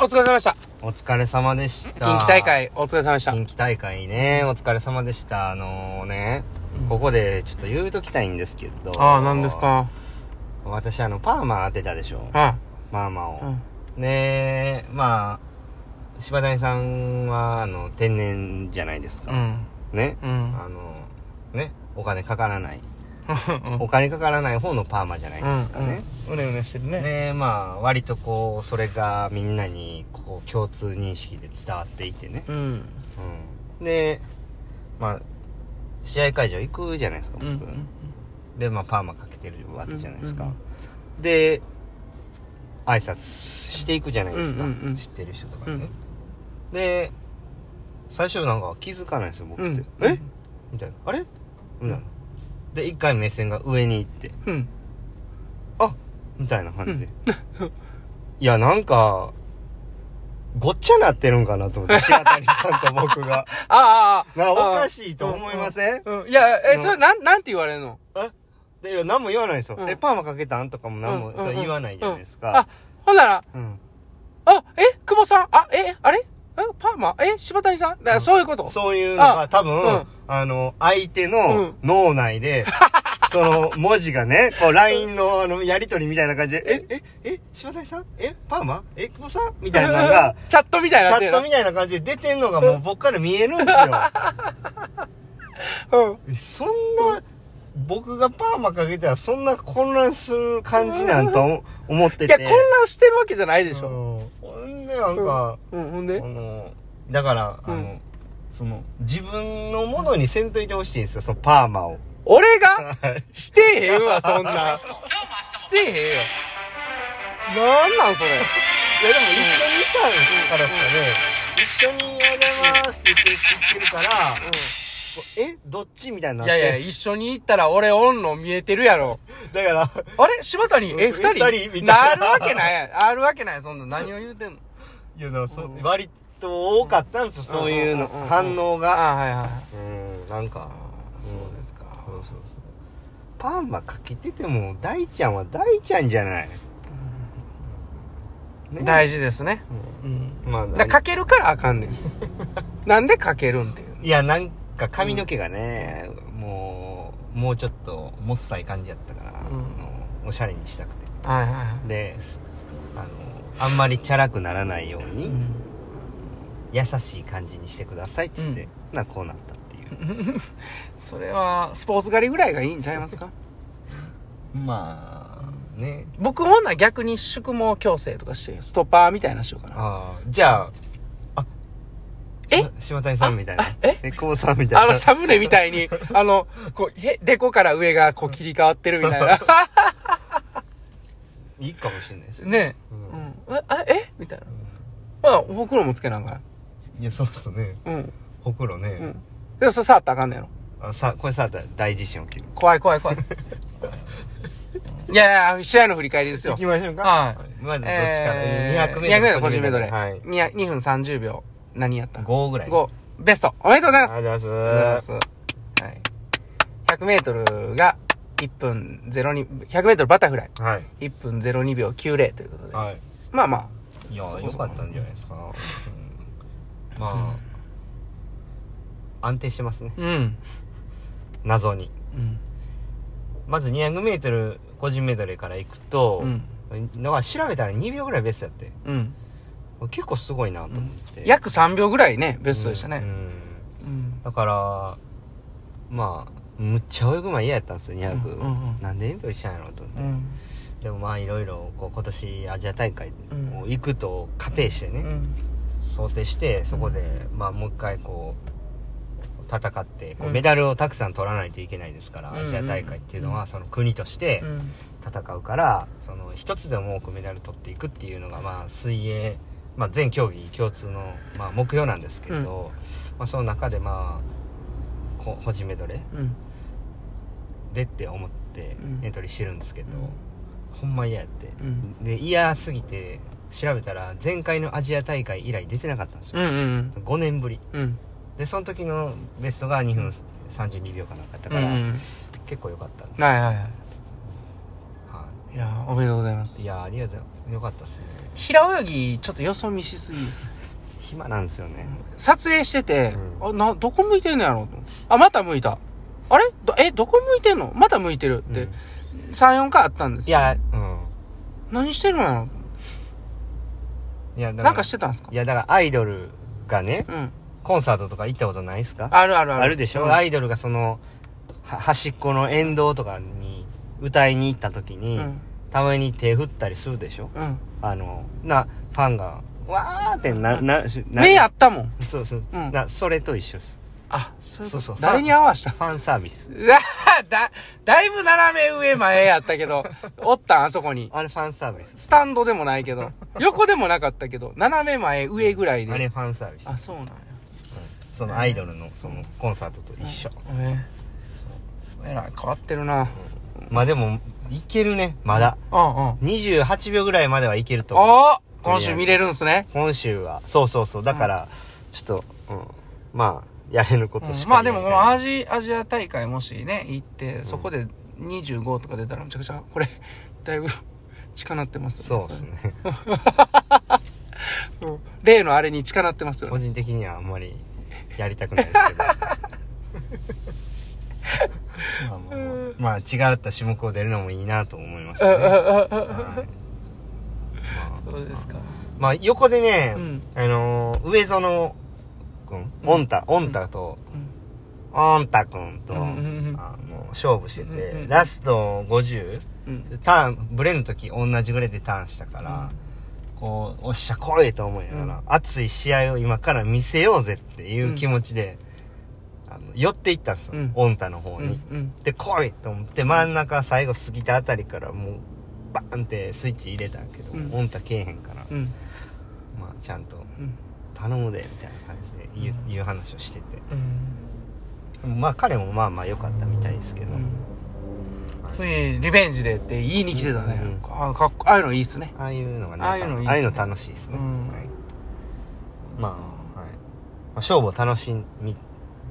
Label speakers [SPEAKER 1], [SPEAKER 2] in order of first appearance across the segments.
[SPEAKER 1] お疲れ様でした。
[SPEAKER 2] お疲れ様でした。
[SPEAKER 1] 近畿大。会、お疲れ様でした。
[SPEAKER 2] 近畿大会ね、お疲れ様でした。あのね、
[SPEAKER 1] うん
[SPEAKER 2] ここでちょっと言うときたいんですけど。
[SPEAKER 1] ああ、なんです。か。
[SPEAKER 2] 私、あの、パーマ当てたでしょ。
[SPEAKER 1] は
[SPEAKER 2] マーマを
[SPEAKER 1] い。。うん
[SPEAKER 2] ねまあ、柴谷さんは、あの、天然じゃないです
[SPEAKER 1] う
[SPEAKER 2] か。
[SPEAKER 1] ん。
[SPEAKER 2] ね。
[SPEAKER 1] うん。
[SPEAKER 2] あの、ね、お金かからない。
[SPEAKER 1] うん
[SPEAKER 2] お金かからない方のパーマじゃないですかね。。
[SPEAKER 1] うんうんうねうねしてるね。
[SPEAKER 2] でまあ割とこうそれがみんなにこう共通認識で伝わっていてね、
[SPEAKER 1] うん。
[SPEAKER 2] うん、でまあ試合会場行くじゃないですか
[SPEAKER 1] う
[SPEAKER 2] 僕、
[SPEAKER 1] ん。
[SPEAKER 2] でまあパーマかけてるわけじゃないですか、
[SPEAKER 1] うんうん
[SPEAKER 2] で挨拶していくじゃないですか、
[SPEAKER 1] うんうんうん
[SPEAKER 2] 知ってる人とかにね、で最初なんか気づかないんですよ僕って、
[SPEAKER 1] うん
[SPEAKER 2] えみたいなあれみたいなで一回目線が上に行って
[SPEAKER 1] うん。
[SPEAKER 2] あみたいな感じで。 いや、なんか、ごっちゃなってるんかなと思って、白谷さんと僕 が。
[SPEAKER 1] ああああ。
[SPEAKER 2] な、
[SPEAKER 1] ああ
[SPEAKER 2] おかしいと思いません
[SPEAKER 1] うん。いや、え、
[SPEAKER 2] うん
[SPEAKER 1] それ、なん、なんて言われるの
[SPEAKER 2] えで、いや、何も言わないですよ。
[SPEAKER 1] うん
[SPEAKER 2] え、パーマかけたんとかも何
[SPEAKER 1] う
[SPEAKER 2] も、
[SPEAKER 1] ん
[SPEAKER 2] そう
[SPEAKER 1] うん
[SPEAKER 2] 言わないじゃないです
[SPEAKER 1] あ
[SPEAKER 2] か。、
[SPEAKER 1] ほんなら、
[SPEAKER 2] うん。
[SPEAKER 1] あ、え、久保さんあ、え、あれえ、パーマえ、柴谷さんだからそういうこと。
[SPEAKER 2] そういうのが
[SPEAKER 1] あ
[SPEAKER 2] 多
[SPEAKER 1] う
[SPEAKER 2] 分
[SPEAKER 1] ん、
[SPEAKER 2] あの、相手
[SPEAKER 1] う
[SPEAKER 2] の
[SPEAKER 1] ん
[SPEAKER 2] 脳内 で、その文字がね、こう LINE のあの、やりとりみたいな感じで、え、え、え、柴谷さんえ、パーマえ、久保さんみたいなのが、
[SPEAKER 1] チャットみたいに
[SPEAKER 2] チ
[SPEAKER 1] なっ
[SPEAKER 2] ャ
[SPEAKER 1] て
[SPEAKER 2] ッ
[SPEAKER 1] る
[SPEAKER 2] トみたいな感じで出てんのがもう僕から見えるん ですよ。
[SPEAKER 1] うん。
[SPEAKER 2] えそんな、僕がパーマかけたらそんな混乱する感じなんと思思って
[SPEAKER 1] いや、
[SPEAKER 2] て。
[SPEAKER 1] 混乱してるわけじゃないでしょ。
[SPEAKER 2] ょ。ほんで、なんか、
[SPEAKER 1] うん、ほん
[SPEAKER 2] あ
[SPEAKER 1] で
[SPEAKER 2] の、だから、あ
[SPEAKER 1] うん
[SPEAKER 2] の、その、自分のものにせんといてほしいんですよ、そのパー マを。
[SPEAKER 1] 俺 がしてへんわ、そんな。してへんよ。なんなん、それ。
[SPEAKER 2] いやでも一緒にいたからですかね、一緒におはようございますって言って言ってるから、え、どっちみたいになっ
[SPEAKER 1] い
[SPEAKER 2] て。
[SPEAKER 1] やいや、一緒に行ったら俺おんの見えてるやろ。
[SPEAKER 2] だから、
[SPEAKER 1] あれ柴谷
[SPEAKER 2] うん
[SPEAKER 1] え、二人
[SPEAKER 2] 二人みたいな
[SPEAKER 1] るわけないやん。あるわけない。そんな何を言うてんの
[SPEAKER 2] いやだからそ
[SPEAKER 1] うん
[SPEAKER 2] 割と多かったんですよ、そういうの
[SPEAKER 1] うんうんうんうん
[SPEAKER 2] 反応が。
[SPEAKER 1] あはいはい。
[SPEAKER 2] うん、なんか、
[SPEAKER 1] そうですか。
[SPEAKER 2] そうそうそうパーマかけてても大ちゃんは大ちゃんじゃない、ね
[SPEAKER 1] 大事ですね。
[SPEAKER 2] まあ
[SPEAKER 1] だからかけるからあか んねん。なんでかけるんっていう。
[SPEAKER 2] いやなんか髪の毛がね、もうもうちょっともっさい感じやったから、
[SPEAKER 1] うん
[SPEAKER 2] あのおしゃれにしたくて
[SPEAKER 1] はいはいは
[SPEAKER 2] ですあのあんまりチャラくならないよう
[SPEAKER 1] い。
[SPEAKER 2] に、優しい感じにしてくださいって言って、なこうなったっていう
[SPEAKER 1] それは、スポーツ狩りぐらいがいいんちゃいますか
[SPEAKER 2] まあね
[SPEAKER 1] 僕ほんなら逆に宿毛矯正とかして、ストッパーみたいなしようかな。
[SPEAKER 2] ああじゃああ
[SPEAKER 1] え
[SPEAKER 2] し柴谷さんみたいな
[SPEAKER 1] え
[SPEAKER 2] えこうさんみたい
[SPEAKER 1] あ
[SPEAKER 2] な
[SPEAKER 1] の、サムネみたいに、あの、こう、へ、でこから上がこう切り替わってるみたい な。
[SPEAKER 2] いいかもしれないですね。
[SPEAKER 1] ね
[SPEAKER 2] うん
[SPEAKER 1] え。うん。え、あえみたいな。まあ、ほくろもつけなんか
[SPEAKER 2] いや、そうっすね。
[SPEAKER 1] なうん。
[SPEAKER 2] ほくろ
[SPEAKER 1] う
[SPEAKER 2] ね。
[SPEAKER 1] ん。で、それ触ったらあかんねやろ。
[SPEAKER 2] あさ、これさ、大地震起きる。
[SPEAKER 1] 怖い怖い怖い。 いやいや、試合の振り返りですよ。
[SPEAKER 2] 行きましょうか。
[SPEAKER 1] はい
[SPEAKER 2] まずどっちから、
[SPEAKER 1] えー
[SPEAKER 2] 200メートル。
[SPEAKER 1] 200個人メドレ
[SPEAKER 2] は
[SPEAKER 1] ー。
[SPEAKER 2] い。
[SPEAKER 1] 2 2分30秒。何やった
[SPEAKER 2] 5ぐらい。
[SPEAKER 1] 5。ベスト。おめでとうございます。
[SPEAKER 2] ありがとうご
[SPEAKER 1] ありがとう
[SPEAKER 2] ざい
[SPEAKER 1] ご
[SPEAKER 2] ま
[SPEAKER 1] ざ
[SPEAKER 2] す。
[SPEAKER 1] います。はい。100メートルが1分02、100メートルバタフライ。
[SPEAKER 2] はい。
[SPEAKER 1] 1分02秒90ということで。
[SPEAKER 2] はい。
[SPEAKER 1] まあまあ。
[SPEAKER 2] いや、
[SPEAKER 1] そうそう
[SPEAKER 2] よかったんじゃないですか。うんまあ、安定してますね。
[SPEAKER 1] うん。
[SPEAKER 2] 謎に。
[SPEAKER 1] うん。
[SPEAKER 2] まず200メートル個人メドレーから行くと
[SPEAKER 1] う、ん。
[SPEAKER 2] のは調べたら2秒ぐらいベストやって。
[SPEAKER 1] うん。
[SPEAKER 2] 結構すごいなと思って。
[SPEAKER 1] 約3秒ぐらいね、ベストでした
[SPEAKER 2] う
[SPEAKER 1] ね。
[SPEAKER 2] ん
[SPEAKER 1] うん。
[SPEAKER 2] だからまあむっちゃ泳ぐ前嫌やったんですよ200、
[SPEAKER 1] うんうんうん
[SPEAKER 2] なんでエントリーしたんやろうと思っ
[SPEAKER 1] う
[SPEAKER 2] て、
[SPEAKER 1] ん。
[SPEAKER 2] でもまあいろいろこう今年アジア大会
[SPEAKER 1] うん
[SPEAKER 2] を行くと仮定してね、
[SPEAKER 1] うん。
[SPEAKER 2] 想定してそこで、まあもう一回こう戦ってこう
[SPEAKER 1] うん
[SPEAKER 2] メダルをたくさん取らないといけないですから、
[SPEAKER 1] うん
[SPEAKER 2] アジア大会っていうのはその国として
[SPEAKER 1] うん。
[SPEAKER 2] 戦うからその一つでも多くメダル取っていくっていうのがまあ水泳、まあ、全競技共通の、まあ、目標なんですけど、まあ、その中でまあこ個人メドレー
[SPEAKER 1] うん。
[SPEAKER 2] でって思って
[SPEAKER 1] うん
[SPEAKER 2] エントリーしてるんですけど、
[SPEAKER 1] うん
[SPEAKER 2] ほんま嫌やって、
[SPEAKER 1] うん
[SPEAKER 2] で嫌すぎて調べたら前回のアジア大会以来出てなかったんです
[SPEAKER 1] う
[SPEAKER 2] よ、
[SPEAKER 1] ん。
[SPEAKER 2] 5年ぶり
[SPEAKER 1] うん。
[SPEAKER 2] でその時のベストが2分32秒かなんかやった
[SPEAKER 1] う
[SPEAKER 2] から、
[SPEAKER 1] ん。
[SPEAKER 2] 結構良かったんで
[SPEAKER 1] はいはいはい。
[SPEAKER 2] はい
[SPEAKER 1] いやおめでとうございます
[SPEAKER 2] いやありがとうよかったですね
[SPEAKER 1] 平泳ぎちょっとよそ見しすぎですね
[SPEAKER 2] 暇なんですよね、
[SPEAKER 1] 撮影してて、
[SPEAKER 2] う
[SPEAKER 1] あなどこ向いてんのやろと思ってあまた向いたあれどえどこ向いてんのまた向いてるって、
[SPEAKER 2] うん
[SPEAKER 1] 34回あったんです
[SPEAKER 2] い
[SPEAKER 1] よ
[SPEAKER 2] やうん
[SPEAKER 1] 何してるのやろ
[SPEAKER 2] いやだ
[SPEAKER 1] なんかしてたんですか
[SPEAKER 2] いやだからアイドルがね
[SPEAKER 1] うん
[SPEAKER 2] コンサートとか行ったことないですか
[SPEAKER 1] あるあるある
[SPEAKER 2] あるでしょ、
[SPEAKER 1] うん
[SPEAKER 2] アイドルがそのは端っこの沿道とかに歌いに行った時
[SPEAKER 1] う
[SPEAKER 2] に、
[SPEAKER 1] ん
[SPEAKER 2] たまに手振ったりするでしょ
[SPEAKER 1] うん
[SPEAKER 2] あのなファンがわーってななしな
[SPEAKER 1] 目あったもん
[SPEAKER 2] そうそう、
[SPEAKER 1] うん
[SPEAKER 2] なそれと一緒です
[SPEAKER 1] あそういうこと
[SPEAKER 2] そうそう
[SPEAKER 1] 誰に合わした
[SPEAKER 2] ファンサービス
[SPEAKER 1] だだだいぶ斜め上前やったけどおったんあそこに
[SPEAKER 2] あれファンサービス
[SPEAKER 1] スタンドでもないけど横でもなかったけど斜め前上ぐらいで
[SPEAKER 2] あれファンサービス
[SPEAKER 1] あそうなんや
[SPEAKER 2] そのアイドルのそのコンサートと一緒、
[SPEAKER 1] ええらい変わってるな
[SPEAKER 2] まあでもいけるねまだ
[SPEAKER 1] うんうん
[SPEAKER 2] 28秒ぐらいまではいけると思う
[SPEAKER 1] おー今週見れるんすね
[SPEAKER 2] 今週はそうそうそうだから、ちょっと、うん、まあやれぬこと
[SPEAKER 1] う
[SPEAKER 2] しか
[SPEAKER 1] んまあでも
[SPEAKER 2] や
[SPEAKER 1] こ
[SPEAKER 2] りた
[SPEAKER 1] の
[SPEAKER 2] い
[SPEAKER 1] アジアジア大会もしね行ってそこで25とか出たらめちゃくちゃこれだいぶ近なってますよ
[SPEAKER 2] そうですね
[SPEAKER 1] それうん例のあれに近なってますよ
[SPEAKER 2] 個
[SPEAKER 1] ね
[SPEAKER 2] 人的にはあんまりやりたくないですけ どまあまあまあまあ違った種目を出るのもいいなと思いましたね、はいまあ
[SPEAKER 1] そうですか
[SPEAKER 2] まあ横でね、
[SPEAKER 1] うん
[SPEAKER 2] あのー上園君
[SPEAKER 1] うん
[SPEAKER 2] オンタオンタと、オンタ君と、
[SPEAKER 1] うんうんうん
[SPEAKER 2] あの勝負してて、
[SPEAKER 1] うんうん
[SPEAKER 2] ラスト 50?
[SPEAKER 1] うん
[SPEAKER 2] ターン、ブレの時同じぐらいでターンしたから、こう、おっしゃ、来いと思いながら、
[SPEAKER 1] うん
[SPEAKER 2] 熱い試合を今から見せようぜっていう気持ちで、あの寄っていったんですよ、
[SPEAKER 1] うん
[SPEAKER 2] オンタの方
[SPEAKER 1] う
[SPEAKER 2] に。
[SPEAKER 1] んうん
[SPEAKER 2] で、来いと思って、真ん中最後過ぎたあたりからもう、バーンってスイッチ入れたんやけど、
[SPEAKER 1] うん
[SPEAKER 2] オンタけえへんから、
[SPEAKER 1] うん
[SPEAKER 2] まあ、ちゃんと、
[SPEAKER 1] うん
[SPEAKER 2] 頼むで、みたいな感じで言う,、
[SPEAKER 1] うん
[SPEAKER 2] 言う話をしてて。
[SPEAKER 1] うん
[SPEAKER 2] まあ、彼もまあまあ良かったみたいですけど、
[SPEAKER 1] うん次リベンジでって言いに来てたね
[SPEAKER 2] うん
[SPEAKER 1] あかっこああいうのいいっすね
[SPEAKER 2] ああいうのがね、
[SPEAKER 1] ああいうのいいっすね
[SPEAKER 2] ああいうの楽しいですね。
[SPEAKER 1] うん
[SPEAKER 2] はいまあ、はい。まあ、勝負を楽しみ、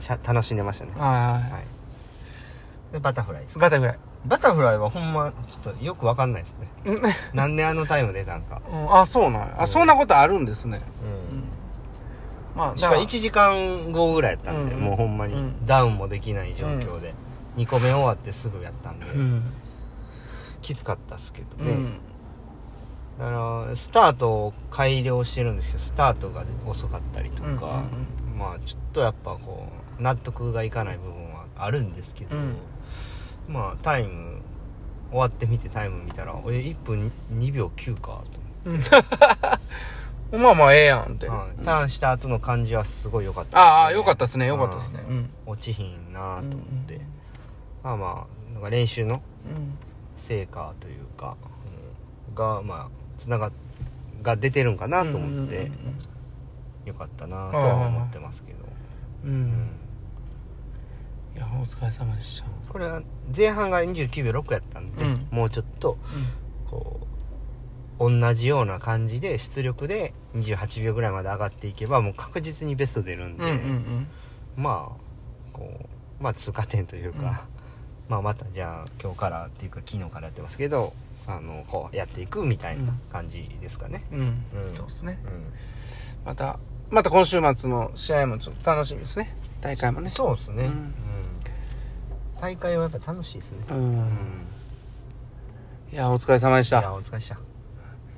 [SPEAKER 2] ちゃ楽しんでましたね。は
[SPEAKER 1] はい
[SPEAKER 2] い。で、バタフライですか。
[SPEAKER 1] バタフライ
[SPEAKER 2] バタフライはほんま、ちょっとよくわかんないですね。
[SPEAKER 1] うん
[SPEAKER 2] なんであのタイム出たんか。
[SPEAKER 1] うんあそうなんやあそんなことあるんですね
[SPEAKER 2] うん。
[SPEAKER 1] まあ
[SPEAKER 2] しかも
[SPEAKER 1] だ
[SPEAKER 2] 1時間後ぐらいやったんで、
[SPEAKER 1] うん
[SPEAKER 2] もうほんまに
[SPEAKER 1] うん
[SPEAKER 2] ダウンもできない状況で、2個目終わってすぐやったんで、
[SPEAKER 1] うん
[SPEAKER 2] きつかったっすけど
[SPEAKER 1] う
[SPEAKER 2] ね。
[SPEAKER 1] ん
[SPEAKER 2] だから、スタートを改良してるんですけど、スタートが遅かったりとか、まあちょっとやっぱこう納得がいかない部分はあるんですけど、
[SPEAKER 1] うん
[SPEAKER 2] まあタイム終わってみてタイム見たら俺1分2秒9かと
[SPEAKER 1] うんまあまあええやんって
[SPEAKER 2] 思って、はい
[SPEAKER 1] あ
[SPEAKER 2] ターンした後の感じはすごい良かったですね、
[SPEAKER 1] あよかったっすねよかったっすねうん
[SPEAKER 2] うん落ちひんなと思って、
[SPEAKER 1] うん
[SPEAKER 2] まあまあなんか練習の
[SPEAKER 1] うん
[SPEAKER 2] 成果というか、うんがまあつながが出てるんかなと思って、よかったなとは思ってますけど、
[SPEAKER 1] うんう
[SPEAKER 2] うん
[SPEAKER 1] んいやお疲れ様でした
[SPEAKER 2] これは前半が29秒6やったんで、
[SPEAKER 1] うん
[SPEAKER 2] もうちょっとこう同じような感じで出力で28秒ぐらいまで上がっていけばもう確実にベスト出るんで、
[SPEAKER 1] うんうんうん
[SPEAKER 2] まあこうまあ通過点というか、まあまたじゃあ今日からっていうか昨日からやってますけどあのこうやっていくみたいな感じですかね。
[SPEAKER 1] うん
[SPEAKER 2] うん
[SPEAKER 1] そうですね
[SPEAKER 2] うん
[SPEAKER 1] またまた今週末の試合もちょっと楽しみですね大会もね
[SPEAKER 2] そうですね、
[SPEAKER 1] うん
[SPEAKER 2] うん大会はやっぱ楽しいですね。
[SPEAKER 1] う
[SPEAKER 2] うんん
[SPEAKER 1] いやお疲れ様でし
[SPEAKER 2] じゃ
[SPEAKER 1] た
[SPEAKER 2] あお疲れっした。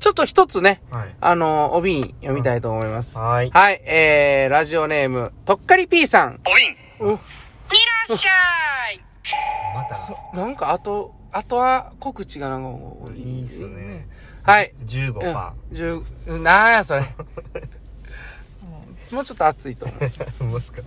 [SPEAKER 1] ちょっと一つね
[SPEAKER 2] はい。
[SPEAKER 1] あのお瓶読みたいと思います
[SPEAKER 2] はーい。
[SPEAKER 1] はい、えー、ラジオネーム、とっかり P さん。
[SPEAKER 2] おびん
[SPEAKER 1] いらっしゃい
[SPEAKER 2] また
[SPEAKER 1] なんか、あと、あとは告知がなんか多
[SPEAKER 2] いいっすね。
[SPEAKER 1] はい。
[SPEAKER 2] 15%
[SPEAKER 1] うん
[SPEAKER 2] パ
[SPEAKER 1] 十、うんなんや、そ れ。もうちょっと暑いと思う。
[SPEAKER 2] ー。もすか。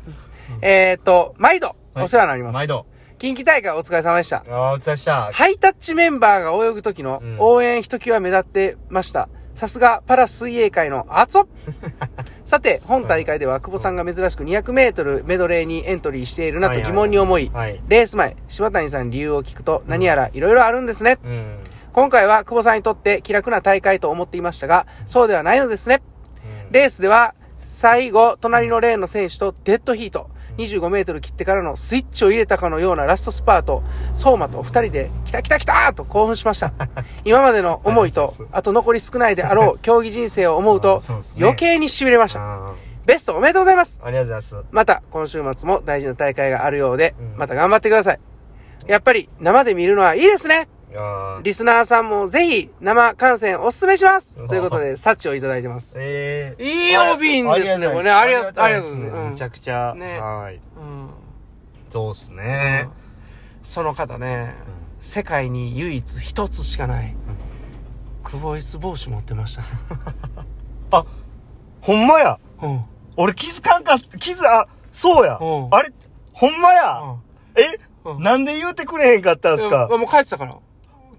[SPEAKER 1] えっと、毎度、
[SPEAKER 2] はい
[SPEAKER 1] お世話になります。
[SPEAKER 2] 毎。度。
[SPEAKER 1] 近畿大会お疲れ様でした。
[SPEAKER 2] ああ、お疲れっした。
[SPEAKER 1] ハイタッチメンバーが泳ぐ時の
[SPEAKER 2] うん
[SPEAKER 1] 応援ひときわ目立ってました。さすがパラ水泳界のア ツオさて、本大会では久保さんが珍しく200メートルメドレーにエントリーしているなと疑問に思い、
[SPEAKER 2] はい。
[SPEAKER 1] レース前、柴谷さんに理由を聞くと何やら色々あるんですね。
[SPEAKER 2] うん。、
[SPEAKER 1] 今回は久保さんにとって気楽な大会と思っていましたが、そうではないのですね。レースでは最後、隣のレーンの選手とデッドヒート。 25メートル切ってからのスイッチを入れたかのようなラストスパート、相馬と二人で、来た来た来たと興奮しました。今までの思いと、あと残り少ないであろう競技人生を思うと
[SPEAKER 2] そうですね
[SPEAKER 1] 余計に痺れました。
[SPEAKER 2] あ
[SPEAKER 1] ベストおめでとうございます
[SPEAKER 2] ーありがとうございます。
[SPEAKER 1] また今週末も大事な大会があるようで、
[SPEAKER 2] うん
[SPEAKER 1] また頑張ってください。やっぱり生で見るのはいいですね。
[SPEAKER 2] あー
[SPEAKER 1] リスナーさんもぜひ生観戦おすすめします。
[SPEAKER 2] うわ
[SPEAKER 1] ということで、サチをいただいてます。
[SPEAKER 2] えー
[SPEAKER 1] いいお瓶ですね、
[SPEAKER 2] ありがたい
[SPEAKER 1] これね。ありがとう、ありがとうござい
[SPEAKER 2] ですね
[SPEAKER 1] ま
[SPEAKER 2] めち
[SPEAKER 1] す
[SPEAKER 2] ゃくちゃ。
[SPEAKER 1] ね
[SPEAKER 2] はい。
[SPEAKER 1] うん。うん
[SPEAKER 2] そうですね。
[SPEAKER 1] その方ね、
[SPEAKER 2] うん
[SPEAKER 1] 世界に唯一一つしかない、クボイス帽子持ってました。
[SPEAKER 2] あ、ほんまや。
[SPEAKER 1] うん。うん。
[SPEAKER 2] 俺気づかんかった。気づ、あ、そうや
[SPEAKER 1] うん。
[SPEAKER 2] あれ、ほんまや。え、
[SPEAKER 1] うん
[SPEAKER 2] なんで言うてくれへんかったんですか
[SPEAKER 1] いやもう帰ってたから。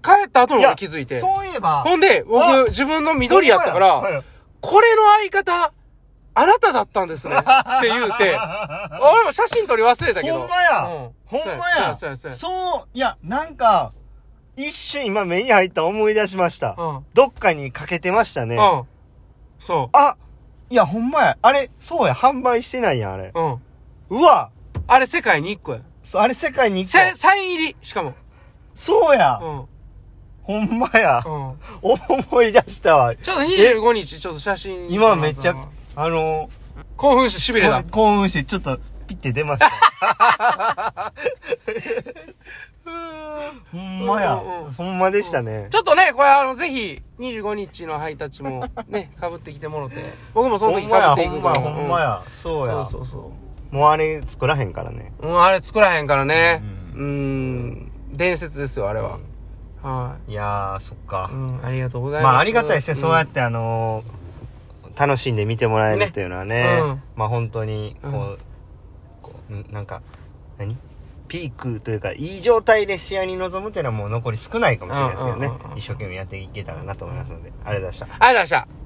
[SPEAKER 1] 帰った後の俺気づいて。
[SPEAKER 2] そういえば。
[SPEAKER 1] ほんで、
[SPEAKER 2] あ
[SPEAKER 1] 僕、自分の緑やったか
[SPEAKER 2] ほんま
[SPEAKER 1] ら、
[SPEAKER 2] や、
[SPEAKER 1] これの相方、あなただったんです ね。って言うて、俺も写真撮り忘れたけど。
[SPEAKER 2] ほんま
[SPEAKER 1] う
[SPEAKER 2] や
[SPEAKER 1] ん
[SPEAKER 2] ほんまや
[SPEAKER 1] そうや、そうや、そう
[SPEAKER 2] そう、いや、なんか、一瞬今目に入った思い出しました。
[SPEAKER 1] や。うん。
[SPEAKER 2] どっかにかけてましたね。
[SPEAKER 1] うん。そ
[SPEAKER 2] あ、いや、ほんまや。あれ、そうや、販売してないやん、あれ。
[SPEAKER 1] う。うん。
[SPEAKER 2] うわ、
[SPEAKER 1] あれ世界に1個や。
[SPEAKER 2] そあれ世界に一個
[SPEAKER 1] せサイン入り、しかも。
[SPEAKER 2] そうや、
[SPEAKER 1] うん。
[SPEAKER 2] ほんまや。
[SPEAKER 1] うん。
[SPEAKER 2] 思い出したわ。
[SPEAKER 1] ちょっと25日、ちょっと写真。
[SPEAKER 2] 今めっちゃ、あの
[SPEAKER 1] 興奮して
[SPEAKER 2] ー
[SPEAKER 1] 痺れた。
[SPEAKER 2] 興奮して、ちょっと、ピッて出 ました。ほんまや
[SPEAKER 1] うんうんうん。
[SPEAKER 2] ほんまでしたね。
[SPEAKER 1] ちょっとね、これあの、ぜひ、25日のハイタッチも ね、被ってきてもろて。僕もその
[SPEAKER 2] ほ
[SPEAKER 1] 時
[SPEAKER 2] ん
[SPEAKER 1] 被
[SPEAKER 2] まや、
[SPEAKER 1] って
[SPEAKER 2] ほ
[SPEAKER 1] いく
[SPEAKER 2] ん
[SPEAKER 1] か
[SPEAKER 2] ま
[SPEAKER 1] ら
[SPEAKER 2] や、ほんま。や。そ
[SPEAKER 1] そ
[SPEAKER 2] うや
[SPEAKER 1] う。そうそう。
[SPEAKER 2] もうあれ作らへんからね。
[SPEAKER 1] うん、あれ作らへんからね。う、
[SPEAKER 2] うん
[SPEAKER 1] 伝説ですよ、あれは。はい
[SPEAKER 2] やー、そっか
[SPEAKER 1] い。う。ん、ありがとうございます。
[SPEAKER 2] まあありがたいですね、
[SPEAKER 1] ん
[SPEAKER 2] そうやってあのー楽しんで見てもらえる
[SPEAKER 1] ね
[SPEAKER 2] っていうのはね
[SPEAKER 1] うん
[SPEAKER 2] まあ本当にこう,、
[SPEAKER 1] うん
[SPEAKER 2] こうんなんか何ピークというかいい状態で試合に臨むっていうのはもう残り少ないかもしれないですけどね、
[SPEAKER 1] うんうんうんうん
[SPEAKER 2] 一生懸命やっていけたらなと思いますのでありがとうございました
[SPEAKER 1] ありがとうございました。